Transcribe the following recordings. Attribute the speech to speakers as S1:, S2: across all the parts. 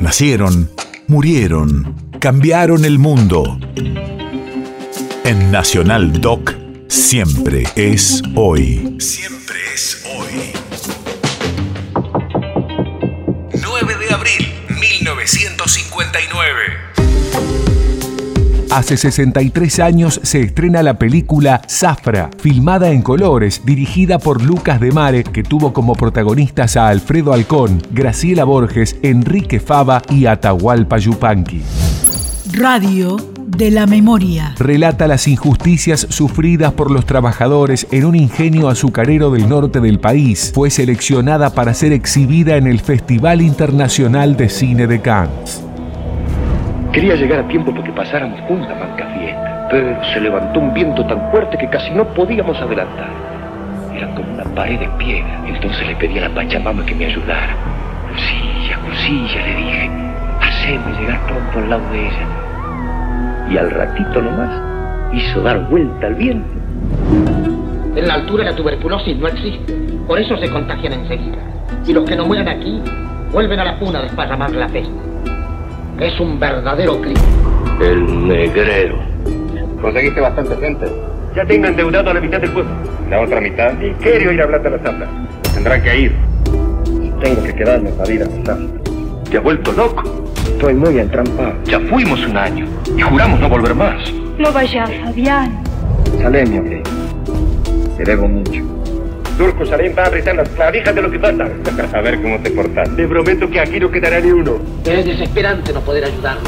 S1: Nacieron, murieron, cambiaron el mundo. En Nacional Doc, siempre es hoy. Siempre es hoy.
S2: 9 de abril 1959.
S3: Hace 63 años se estrena la película Zafra, filmada en colores, dirigida por Lucas de Mare, que tuvo como protagonistas a Alfredo Alcón, Graciela Borges, Enrique Fava y Atahualpa Yupanqui.
S4: Radio de la memoria.
S3: Relata las injusticias sufridas por los trabajadores en un ingenio azucarero del norte del país. Fue seleccionada para ser exhibida en el Festival Internacional de Cine de Cannes.
S5: Quería llegar a tiempo porque pasáramos juntas manca fiesta, pero se levantó un viento tan fuerte que casi no podíamos adelantar. Era como una pared de piedra. Entonces le pedí a la Pachamama que me ayudara. Lucilla, Lucilla, le dije, haceme llegar pronto al lado de ella. Y al ratito nomás hizo dar vuelta al viento.
S6: En la altura la tuberculosis no existe, por eso se contagian enseguida. Y los que no mueran aquí vuelven a la puna a desparramar la peste. Es un verdadero crimen.
S5: El negrero.
S7: Conseguiste bastante gente.
S8: Ya tengo endeudado a la mitad del pueblo.
S7: La otra mitad.
S8: Y quiero ir a hablar de las zafra.
S7: Tendrán que ir.
S5: Tengo que quedarme para ir a pasar.
S7: ¿Te ha vuelto loco?
S5: Estoy muy entrampado.
S7: Ya fuimos un año y juramos no volver más.
S9: No vayas, Fabián.
S5: Salem, mi hombre. Te debo mucho.
S8: Turco Salem va a apretar las clavijas de lo que pasa.
S7: A ver cómo te portas.
S8: Te prometo que aquí no quedará ni uno.
S6: Es desesperante no poder ayudarlos.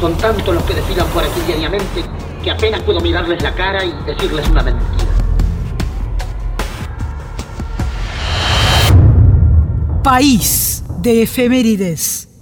S6: Son tantos los que desfilan por aquí diariamente que apenas puedo mirarles la cara y decirles una mentira.
S4: País de efemérides.